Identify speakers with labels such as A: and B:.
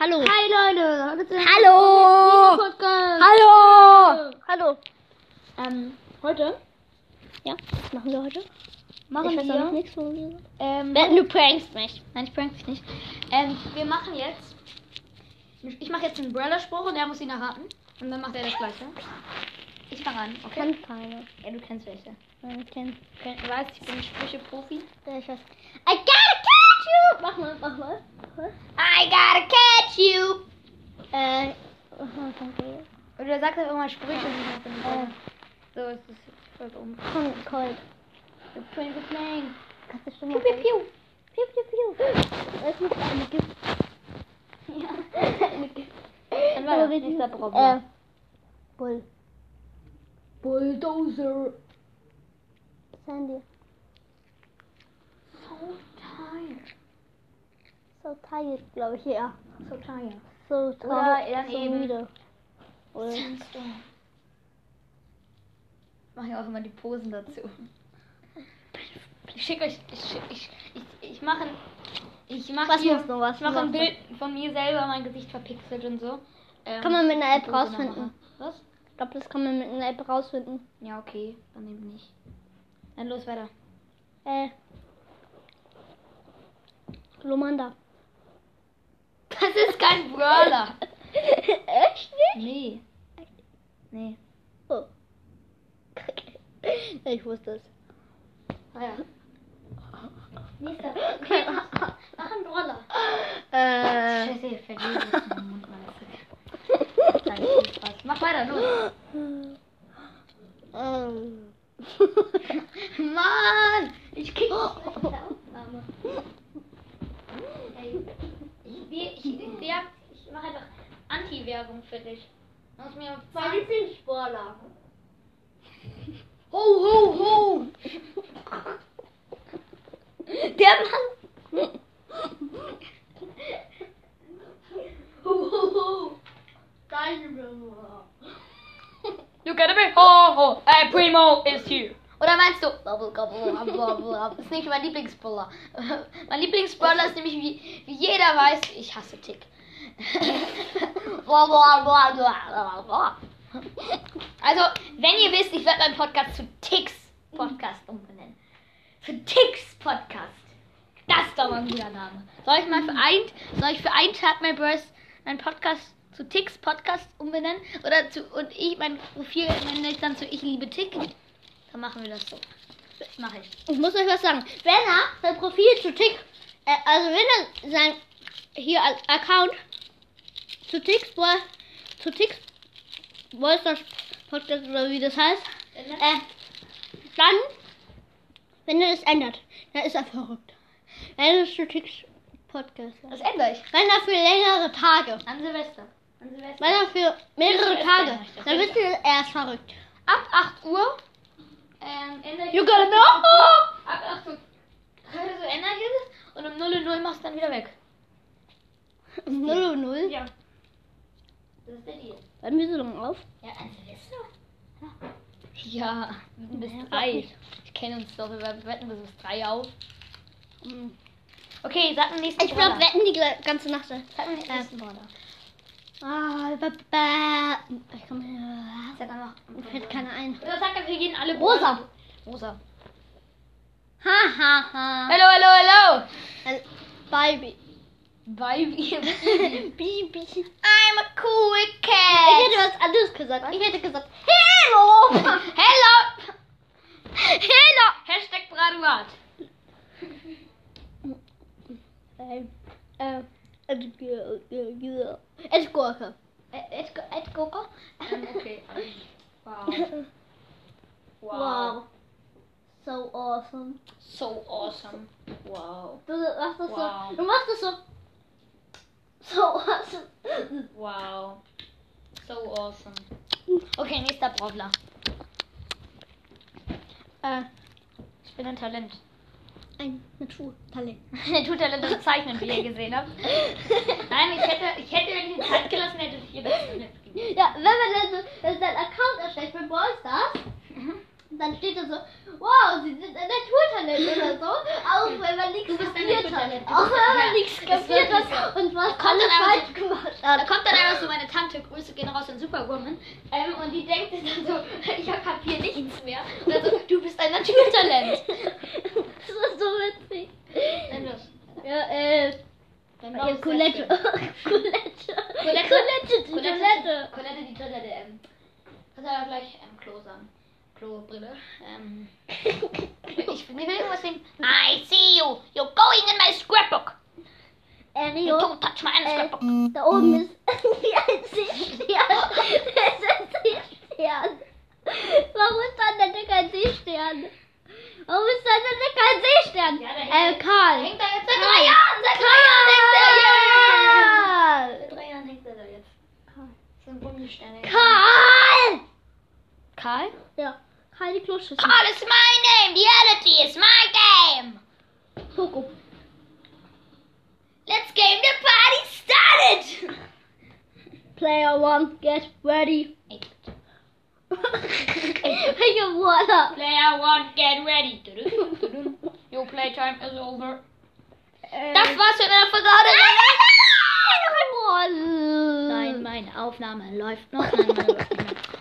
A: Hallo.
B: Hi Leute, heute sind
A: Hallo.
B: wir im Podcast.
A: Hallo. Hallo.
B: Ähm, heute
A: Ja, was machen wir heute?
B: machen
A: ich weiß auch noch
B: wir.
A: nichts von mir.
B: Ähm,
A: Wenn du prankst mich.
B: nein, ich prank dich nicht. Ähm, wir machen jetzt. Ich mache jetzt einen Brella-Spruch und er muss ihn erraten. Und dann macht er das gleiche. Ich fange an,
A: Ich
B: okay?
A: kann keine.
B: Ja, du kennst welche.
A: Ich kann.
B: Du weißt, ich bin Sprüche-Profi.
A: Ich weiß. I gotta catch you. Mach mal, mach mal.
B: I gotta catch you!
A: Äh. aha, danke.
B: Und er sagt dann irgendwann Sprüche. und ich bin
A: Äh.
B: So, es ist voll dumm.
A: Komm, Colt.
B: We're playing, we're playing.
A: Kannst du schon
B: Piu,
A: mal.
B: piu, piu.
A: Piu, piu, piu. Es muss eine Gift.
B: Ja. Dann war das nächster Problem.
A: Äh. Bull.
B: Bulldozer.
A: Sandy.
B: So tired.
A: So tired, glaube ich, ja.
B: So tired.
A: So
B: Oder
A: tired.
B: dann
A: So
B: eben-
A: müde. Oder?
B: Sandstorm. Ich mache ja auch immer die Posen dazu. Ich schicke euch, ich, schick, ich, ich, ich mache, ein- ich mache
A: Was
B: hier,
A: muss noch was?
B: ich mache ein
A: Was
B: Bild von mir selber, mein Gesicht verpixelt und so. Ähm,
A: Kann man mit einer App
B: Pose nochmal.
A: rausfinden.
B: Was?
A: Ich glaube, das kann man mit einer App rausfinden.
B: Ja, okay, dann eben nicht. Dann los weiter.
A: Äh. Lumanda.
B: Das ist kein Brawler.
A: Echt nicht?
B: Nee. Nee.
A: Oh. ich wusste es.
B: Weiter. Ah, Nächster. Okay, mach, mach einen Brawler.
A: Äh.
B: Scheiße, ich verliere jetzt meinen Mund, Mann. Nein, viel Spaß. Mach weiter, los.
A: ähm.
B: Mann, ich krieg
A: Oh.
B: nicht mit der Aufnahme. Ey, Ich, wir- ich, ich, wer- ich mache einfach Anti-Werbung für dich. Du musst mir
C: Mein Lieblingssportler.
B: Ho, ho, ho! Der Mann! ho, ho, ho!
C: Dein Lieblingssportler.
B: You gotta be ho, ho! Ey, Primo is here! Oder meinst du? Das ist nicht mein Lieblingsbrawler. Mein Lieblingsbrawler ist nämlich, wie, wie jeder weiß, ich hasse Tick. Also, wenn ihr wisst, ich werde meinen Podcast zu Ticks Podcast umbenennen. Zu Ticks Podcast. Das ist doch mal ein guter Name. Soll ich mal für ein, soll ich für einen Tag mein Burst meinen Podcast zu Ticks Podcast umbenennen? Oder zu, und ich mein Profil nenne ich dann zu Ich liebe Tick? Dann machen wir das so. Das mache ich.
A: Ich muss euch was sagen. Wenn er sein Profil zu Tick, äh, also wenn er sein hier als Account zu Ticks Boy, zu Ticks Boys Podcast oder wie das heißt, äh, dann, wenn er das ändert, dann ist er verrückt. Wenn er das zu Ticks Podcast. heißt.
B: Das ändere ich.
A: Wenn er für längere Tage,
B: An Silvester. An Silvester.
A: wenn er für mehrere Tage, dann wisst ihr, er ist verrückt.
B: Ab 8 Uhr. Ähm, ändere ich
A: You gotta know!
B: Ab 8 Uhr. Also ändere ich es und um 0 Uhr 0 machst du dann wieder weg.
A: 0 und 0.
B: Ja. Das ist der Deal.
A: Warten wir so lange auf?
B: Ja, an Silvester? Ja, bis
A: Ja,
B: 3.
A: warum?
B: Ich kenne uns doch, wir wetten bis bis 3 auf.
A: Hm.
B: Okay, sag den nächsten
A: Ich glaube,
B: Brawler.
A: wetten die gle- ganze Nacht. an.
B: Sag den nächsten Brawler.
A: Ah, ba- ba- Ich komme.
B: Sag einfach.
A: Mir fällt keiner ein.
B: Oder sag einfach, wir gehen alle
A: Rosa.
B: Brawler. Rosa.
A: Ha ha ha.
B: Hello, hello, hello.
A: Äh, Baby.
B: Bye, wie?
A: Bibi. Ich hätte
B: I'm a cool cat.
A: was anderes gesagt. Ich hätte gesagt, Hello!
B: Hello.
A: Hello!
B: Hashtag Braduat.
A: Ähm, ähm, es ist Gür- Gür- Gür- es ist äh, Gurke.
B: Edgoko? Ähm, Okay. Wow.
A: Wow. So awesome.
B: So awesome. Wow.
A: Du machst das so.
B: Wow.
A: Du machst das so. So awesome.
B: Wow. So awesome. Okay, nächster Brawler.
A: Äh,
B: Ich bin ein Talent.
A: ein Naturtalent.
B: Tut Talent und Zeichnen, wie ihr gesehen habt. Nein, ich hätte, ich hätte, wenn ich ihn Zeit gelassen hätte, ich hier besser
A: Ja, wenn man dann so wenn sein Account erstellt bei Ballstars, dann steht da so, wow, sie sind ein Naturtalent oder so. Auch wenn man nichts
B: Du bist ein
A: kapiert
B: Naturtalent.
A: hat. Auch wenn man
B: Ja,
A: nichts
B: das ist
A: kapiert
B: wirklich
A: hat und was
B: Kommt dann einfach
A: falsch
B: so,
A: gemacht
B: da
A: hat.
B: kommt dann einfach so meine Tante, Grüße gehen raus an Superwoman, ähm, und die denkt sich dann so, ich hab Papier nichts mehr. Und dann so, du bist ein Naturtalent.
A: das ist so witzig.
B: Dann los.
A: Ja, äh,
B: Dann
A: ja,
B: los,
A: Colette.
B: jetzt
A: Colette.
B: Colette.
A: Colette, die
B: geht's. Colette,
A: Toilette.
B: Colette, die Toilette, ähm. Kannst du aber gleich ähm, Klo sagen. Klobrille. Ähm. ich will irgendwas singen. I see you. You're going in my scrapbook.
A: Äh,
B: You
A: Rio,
B: don't touch my
A: äh,
B: scrapbook.
A: da oben ist wie ein Seestern. Es ist ein Seestern. Warum ist da denn da kein Seestern? Warum ist da denn da kein Seestern?
B: Ja, da
A: äh,
B: hängt-
A: Karl.
B: Hängt da
A: Karl.
B: jetzt seit drei Jahren. Seit drei Jahren hängt er da.
A: Karl!
B: Seit drei Jahren hängt er da jetzt. So ein Bundesstern.
A: Karl!
B: Karl?
A: Ja, Karl die Kloschüssel.
B: Karl is my name. Reality is my game.
A: Coco.
B: Let's game the party started.
A: Player one, get ready. Welche Water?
B: Player one, get ready. Your playtime is over. Das war's mit meiner Folge
A: Nein,
B: heute. Nein,
A: meine Aufnahme läuft
B: Nein, nein, nein, nein.